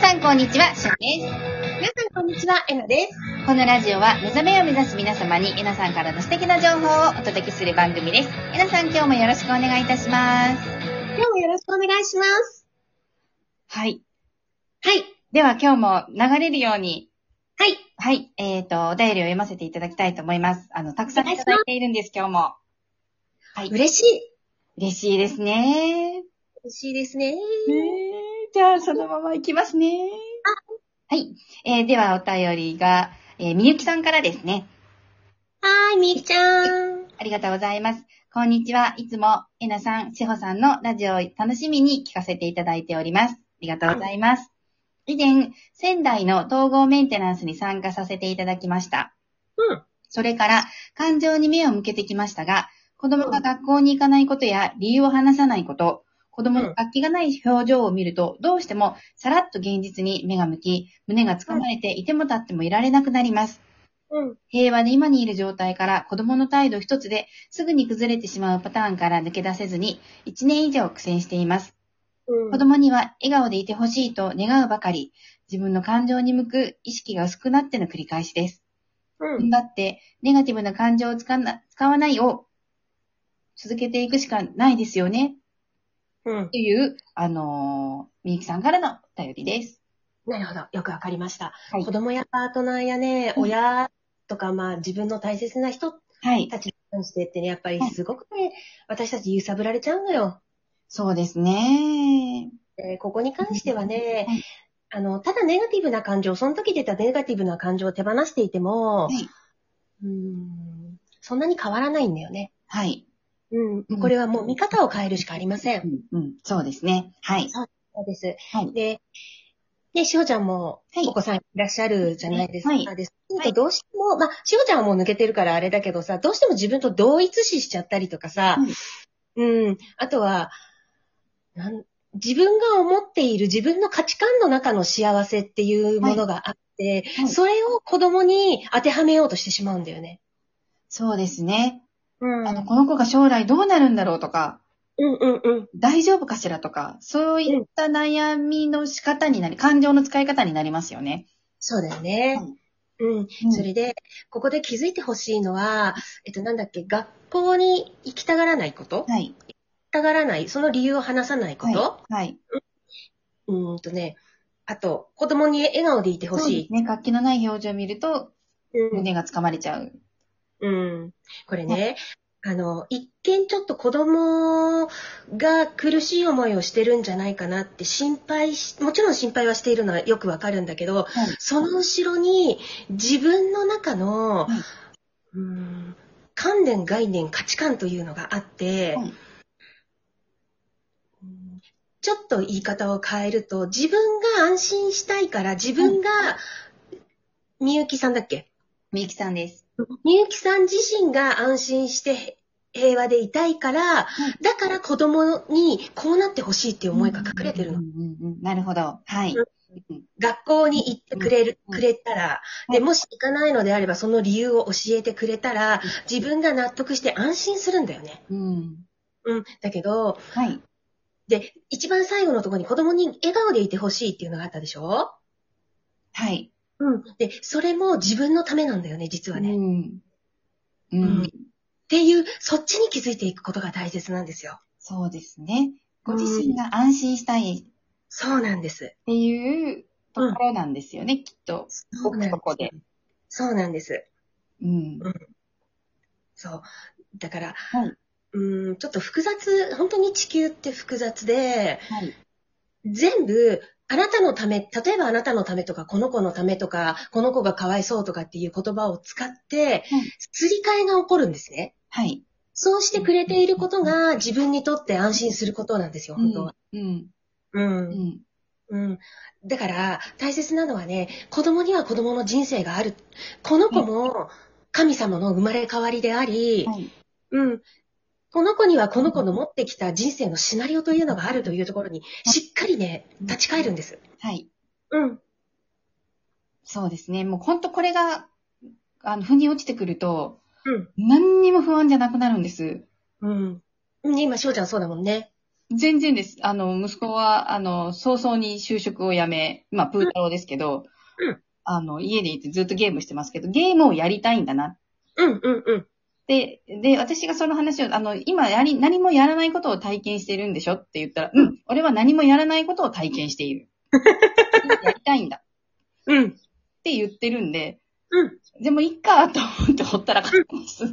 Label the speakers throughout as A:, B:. A: さんこんにちは、しゅんです。
B: 皆さん、こんにちは。えなです。
A: このラジオは目覚めを目指す皆様にえなさんからの素敵な情報をお届けする番組です。えなさん今日もよろしくお願いいたします。
B: 今日もよろしくお願いします。
A: はい。
B: はい。
A: では今日も流れるように、
B: はい。
A: はい、えーと、お便りを読ませていただきたいと思います。あの、たくさんいただいているんです、今日も。はい
B: 嬉しい。
A: 嬉しいですね。
B: 嬉しいですね。
A: えー、じゃあ、そのまま行きますね。はい。えー、では、お便りが、えー、みゆきさんからですね。
B: はーい、みゆきちゃん。
A: ありがとうございます。こんにちは。いつも、えなさん、しほさんのラジオを楽しみに聞かせていただいております。ありがとうございます。以前、仙台の統合メンテナンスに参加させていただきました。
B: うん。
A: それから、感情に目を向けてきましたが、子供が学校に行かないことや理由を話さないこと、子供の楽器がない表情を見ると、どうしてもさらっと現実に目が向き、胸がつかまれていても立ってもいられなくなります。
B: うん。
A: 平和で今にいる状態から子供の態度一つですぐに崩れてしまうパターンから抜け出せずに1年以上苦戦しています。
B: うん。
A: 子供には笑顔でいてほしいと願うばかり、自分の感情に向く意識が薄くなっての繰り返しです。
B: う
A: 頑
B: ん。
A: 張ってネガティブな感情を使わな使わないを続けていくしかないですよね。
B: うん。
A: という、あのーみゆきさんからのお便りです。
B: なるほど。よくわかりました。
A: はい
B: 子供やパートナーやね、
A: うん
B: 親とか、まあ、自分の大切な人
A: はい。
B: たちに関してってね、やっぱり
A: はい
B: すごくね、私たち揺さぶられちゃうのよ。
A: そうですね。
B: えーここに関してはね
A: はい、
B: あの、ただネガティブな感情、その時出たネガティブな感情を手放していても、
A: はい。
B: うん、そんなに変わらないんだよね。
A: はい。
B: うん、これはもう見方を変えるしかありません。
A: うん、うん、そうですね。はい。
B: そうです。
A: はい
B: で、ね、しおちゃんも
A: はい
B: お子さんいらっしゃるじゃないです
A: は
B: か。
A: い
B: で
A: はい
B: どうしても、まあ、しおちゃんはもう抜けてるからあれだけどさ、どうしても自分と同一視しちゃったりとかさ、うん、あとは、なん自分が思っている自分の価値観の中の幸せっていうものがあって、
A: はいはい
B: それを子供に当てはめようとしてしまうんだよね。
A: そうですね。
B: うんう
A: あ
B: ん
A: の、この子が将来どうなるんだろうとか、
B: うんうん。
A: 大丈夫かしらとか、そういった悩みの仕方になり、感情の使い方になりますよね。
B: そうだよね。
A: はい
B: うん。それで、ここで気づいてほしいのは、えっと、なんだっけ、学校に行きたがらないこと行き
A: はい。
B: たがらない、その理由を話さないこと、
A: はい。はい。
B: うーんとね、あと、子供に笑顔でいてほ
A: そうで
B: しい
A: す。ね。楽器のない表情を見ると、
B: うん
A: 胸がつかまれちゃう。
B: うん。これね、あの、一見ちょっと子供が苦しい思いをしてるんじゃないかなって心配し、もちろん心配はしているのはよくわかるんだけど、
A: はい。
B: その後ろに自分の中
A: は
B: の、
A: いう
B: ーん観念、概念、価値観というのがあって、
A: はいう
B: ーんちょっと言い方を変えると、自分が安心したいから、自分が、みゆきさんだっけ
A: みゆきさんです。
B: みゆきさん自身が安心して平和でいたいから、
A: い
B: だから子供にこうなってほしいっていう思いが隠れてるの
A: うん。うんうん。なるほど。はい。うん
B: 学校に行ってくれる、
A: うん
B: くれたら、
A: はい
B: で、もし行かないのであれば、その理由を教えてくれたら、自分が納得して安心するんだよね。
A: うん。
B: うん。だけど、
A: はい。
B: で、一番最後のところに子供に笑顔でいてほしいっていうのがあったでしょ
A: はい。
B: うん。で、それも自分のためなんだよね、実
A: う
B: はね。っ
A: ん。う
B: うんん。ていう、そっちに気づいていくことが大切なんですよ。
A: そうですね。ご自身が安心したいっ
B: そうなんです。
A: ていうところなんですよね、きっと。
B: そ
A: 僕
B: うなんで
A: そこ
B: す
A: で。。
B: そうなんです。
A: うん。
B: そう。だから、
A: はい
B: うん、ちょっと複雑、本当に地球って複雑で、
A: はい。
B: 全部、あなたのため、例えばあなたのためとか、この子のためとか、この子がかわいそうとかっていう言葉を使って
A: はい、
B: すり替えが起こるんですね。
A: はい。
B: そうしてくれていることが自分にとって安心することなんですよ、本当は。
A: うん。う
B: う。
A: んん。
B: うん。だから、大切なのはね、子供には子供の人生がある。この子も神様の生まれ変わりであり、
A: はい。
B: うん。この子にはこの子の持ってきた人生のシナリオというのがあるというところに、しっかりね、立ち返るんです。
A: はい。
B: うん。
A: そうですね。もう本当これが、あの、腑に落ちてくると、
B: うん
A: 何にも不安じゃなくなるんです。
B: うん。ね今、しおちゃんそうだもんね。
A: 全然です。あの、息子は、あの、早々に就職を辞め、まあ、プー太郎ですけど、
B: うん
A: あの、家でいてずっとゲームしてますけど、ゲームをやりたいんだなっ
B: うんうんうん。
A: で、で、私がその話を、あの、今やり、何もやらないことを体験しているんでしょって言ったら、うん、俺は何もやらないことを体験してい る。やりたいんだっ
B: うん。
A: て言ってるんで、
B: うん。
A: でも、いっか、と思ってほったらかってます。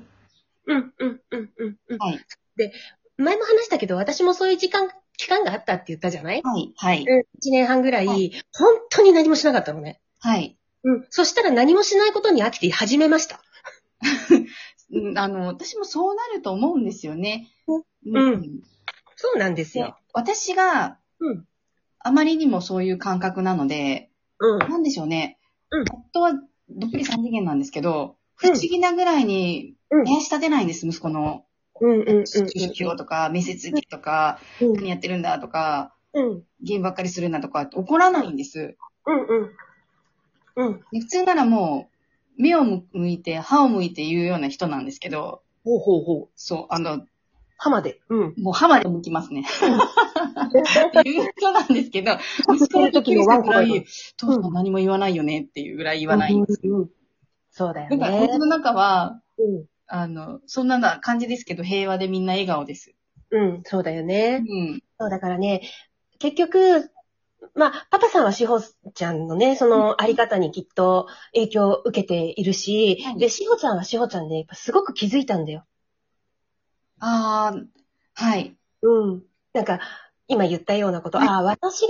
B: うんうんうんうんうん。
A: はい。
B: で、前も話したけど、私もそういう時間、期間があったって言ったじゃない
A: はい、はい、
B: うん。一年半ぐらい、
A: はい
B: 本当に何もしなかったのね。
A: はい。
B: うん。そしたら何もしないことに飽きて始めました。
A: うんあの、私もそうなると思うんですよね。
B: んそうなんです
A: で
B: よ。
A: 私が、
B: うん。
A: あまりにもそういう感覚なので、
B: うん。
A: なんでしょうね。
B: うん
A: 夫は、どっぷり三次元なんですけど、不
B: うん
A: 思議なぐらいに、
B: うん
A: 林立てないんです、息子の。
B: うんうんうん
A: 出張とか、面接行けとか、
B: うん
A: 何やってるんだとか、
B: うん。
A: ゲームばっかりするんだとか、怒らないんです。
B: うんうん。うん。
A: で普通ならもう、目を向いて、歯を向いて言うような人なんですけど、
B: ほうほうほう。
A: そう、あの、
B: 浜で。うん。
A: もう歯まで向きます ね。言う人なんですけど、息子
B: そ
A: の
B: の
A: 時
B: 時
A: の
B: の
A: ワ
B: ワ
A: ン
B: ン
A: コ
B: コ
A: が
B: が
A: い
B: い
A: い
B: る。
A: 父さん何も言わないよねっていうぐらい言わない。
B: うんうんそうだよ
A: だから、お
B: ね
A: 家。の中は、
B: うん。
A: あの、そんな感じですけど、平和でみんな笑顔です。
B: うん。そうだよね
A: う。ん。
B: そう、だからね、結局、まあ、パパさんは志保ちゃんのね、そのあり方にきっと影響を受けているし、
A: はい
B: で、志保ちゃんは志保ちゃんで、やっぱすごく気づいたんだよ。
A: あー、はい。
B: うん。なんか、今言ったようなこと、
A: はい
B: ああ、私が、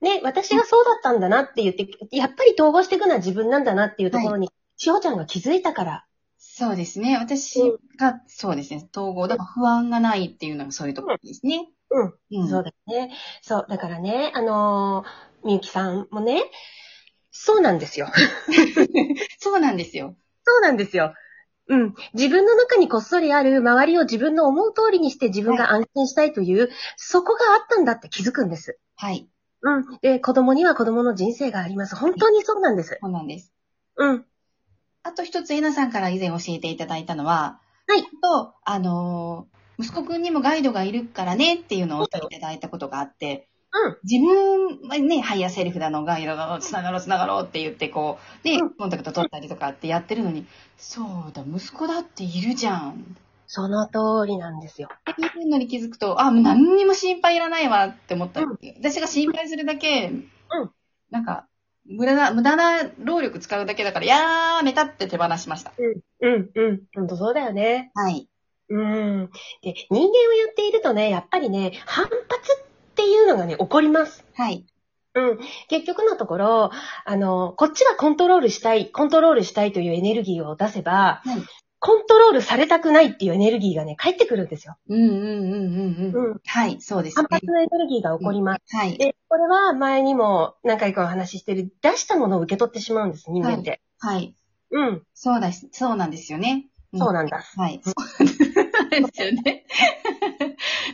B: ね、私がそうだったんだなって言って、やっぱり統合していくのは自分なんだなっていうところに、志保ちゃんが気づいたから。
A: そうですね。私が、そうですね。統合。だから不安がないっていうのがそういうところですね。
B: うん。
A: うん。
B: そうだよね。そう、だからね、あのーみゆきさんもね、そうなんですよ。
A: そうなんですよ。
B: そうなんですよ。うん。自分の中にこっそりある周りを自分の思う通りにして自分が安心したいという、そこがあったんだって気づくんです。
A: はい。
B: うん。で、子供には子供の人生があります。本当にそうなんです。
A: そうなんです。
B: うん。
A: あと一つ、えなさんから以前教えていただいたのは、
B: はい
A: と、あのー息子くんにもガイドがいるからねっていうのを教えていただいたことがあって、
B: うん。
A: 自分はね、ハイヤーセルフだの、ガイドだの、つながろう、つながろうって言って、こう、で、
B: うん
A: コンタクト取ったりとかってやってるのに、そうだ、息子だっているじゃん。
B: その通りなんですよ。
A: っていうのに気づくと、あ、もう何にも心配いらないわって思った、私が心配するだけ、なんか、無駄な、無駄な労力使うだけだから、やーめたって手放しました。
B: うん、うん。本当そうだよね。
A: はい。
B: うん。で、人間をやっているとね、やっぱりね、反発っていうのがね、起こります。
A: はい。
B: うん。結局のところ、あの、こっちがコントロールしたい、コントロールしたいというエネルギーを出せば、
A: はい
B: コントロールされたくないっていうエネルギーがね、返ってくるんですよ。
A: うんうんうんうんうん。
B: うん
A: はい、そうです
B: 反
A: ね。
B: 発のエネルギーが起こります。
A: はい。
B: で、これは前にも何回かお話ししてる、出したものを受け取ってしまうんです、人間って。
A: はい。
B: うん。
A: そうだし、そうなんですよね。うん
B: そうなんだ。
A: はい。そうなんですよね。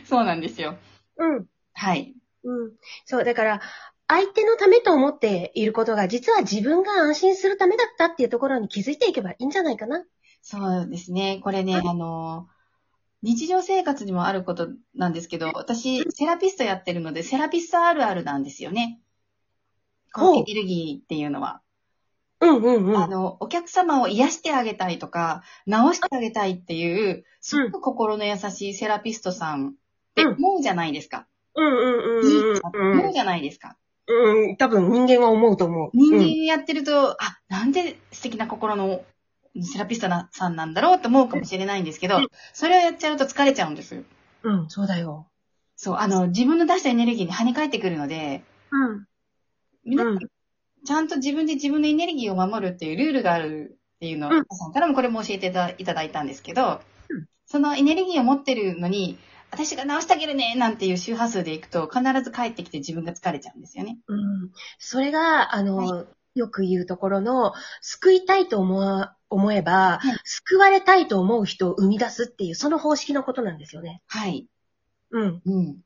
A: そうなんですよ。
B: うん。
A: はい。
B: うん。そう、だから、相手のためと思っていることが、実は自分が安心するためだったっていうところに気づいていけばいいんじゃないかな。
A: そうですね。これね、
B: はい
A: あの、日常生活にもあることなんですけど、私、セラピストやってるので、セラピストあるあるなんですよね。こ
B: ほ
A: う
B: う
A: エネルギーっていうのは、
B: うんうんうん。
A: あの、お客様を癒してあげたいとか、治してあげたいっていう、すごく心の優しいセラピストさんって
B: うん
A: 思うじゃないですか。
B: うんうんうんうんうん
A: 思う。じゃないですか。
B: うん、多分人間は思うと思う。
A: 人
B: うん
A: 間やってると、あ、なんで素敵な心のセラピストなさんなんだろうって思うかもしれないんですけど
B: うん、
A: それをやっちゃうと疲れちゃうんですよ。
B: うん、そうだよ。
A: そう、あの、自分の出したエネルギーに跳ね返ってくるので、
B: うん。
A: 皆さ
B: うん
A: ん、ちゃんと自分で自分のエネルギーを守るっていうルールがあるっていうのを、
B: うん
A: 皆さんからもこれも教えていたいただいたんですけど
B: うん、
A: そのエネルギーを持ってるのに、私が直してあげるねなんていう周波数でいくと、必ず帰ってきて自分が疲れちゃうんですよね。
B: うん。それが、あの、
A: は
B: よく言うところの、救いたいと思わ思えば、
A: はい
B: 救われたいと思う人を生み出すっていう、その方式のことなんですよね。
A: はい。
B: うん。
A: うん。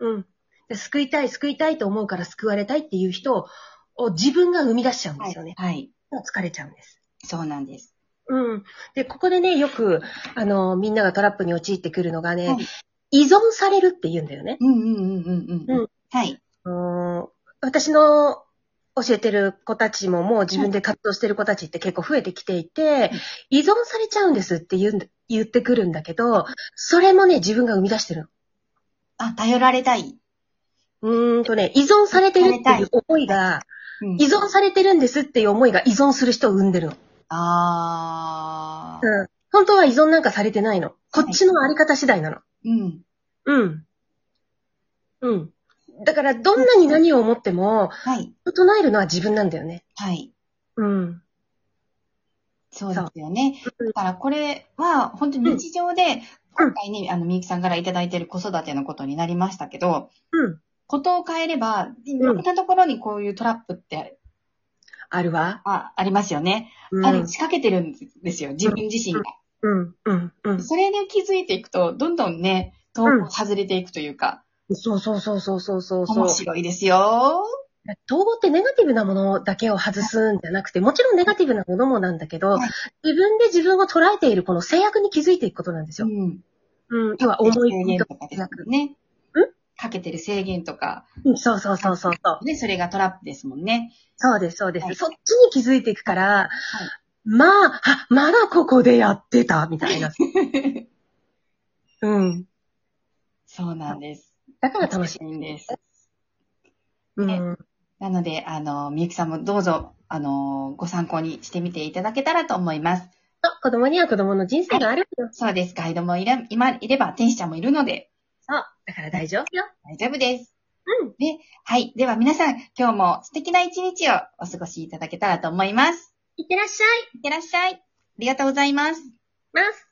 B: うん。で救いたい、救いたいと思うから救われたいっていう人をを自分が生み出しちゃうんで
A: は
B: すよ
A: い
B: ね。。
A: はい。
B: 疲れちゃうんです。
A: そうなんです。
B: うん。で、ここでね、よく、あの、みんながトラップに陥ってくるのがね、
A: はい
B: 依存されるって言うんだよね。
A: うんうんうんうんうん。
B: うん
A: はい。
B: うーん私の教えてる子たちももう自分で活動してる子たちって結構増えてきていて、依存されちゃうんですって言うんだ言ってくるんだけど、それもね、自分が生み出してるの。
A: あ、頼られたい。
B: うーんとね、依存されてるっていう思いが、
A: うん
B: 依存されてるんですっていう思いが依存する人を生んでるの。
A: あー。
B: うん。本当は依存なんかされてないの。こっちのあり方次第なの。
A: うん。
B: うん。うん。だから、どんなに何を思っても、
A: はい。
B: 唱えるのは自分なんだよね。
A: はい。
B: うん。
A: そうですよね。
B: うん
A: だからこれは本当に日常で、
B: うん
A: 今回にあの、みゆきさんからいただいている子育てのことになりましたけど、
B: うん。
A: ことを変えれば、いろんなところにこういうトラップって
B: あるわ。
A: あありますよね。
B: うん。
A: ある仕掛けてるんですよ、自分自身が。
B: うん。うん。うん。
A: それで気づいていくと、どんどんね、遠く外れていくというか、
B: そうそうそうそうそうそうそう
A: 面。白いですよ。
B: 統合ってネガティブなものだけを外すんじゃなくて、もちろんネガティブなものもなんだけど、
A: はい
B: 自分で自分を捉えているこの制約に気づいていくことなんです
A: う
B: よ。
A: ん。
B: うん。要は思い
A: 制
B: 込
A: 限
B: み
A: と
B: と
A: かですね。かけてる制限とか、
B: うんそうそうそうそうそう。
A: ね、それがトラップですもんね。
B: そうです、そうです。
A: はい
B: そっちに気づいていくから、まあ、あ、まだここでやってた、みたいな。 うん。
A: そうなんです。
B: だから楽しい。
A: いんです。
B: うん。
A: なので、あの、みゆきさんもどうぞ、あの、ご参考にしてみていただけたらと思います。
B: あ子供には子供の人生があるよ。
A: そうです。ガイドもいれ、今いれば、天使ちゃんもいるので、
B: そう。だから大丈夫よ。
A: 大丈夫です。
B: うん。
A: で、はい。では皆さん、今日も素敵な一日をお過ごしいただけたらと思います。
B: いってらっしゃい。
A: いってらっしゃい。ありがとうございます。
B: ます。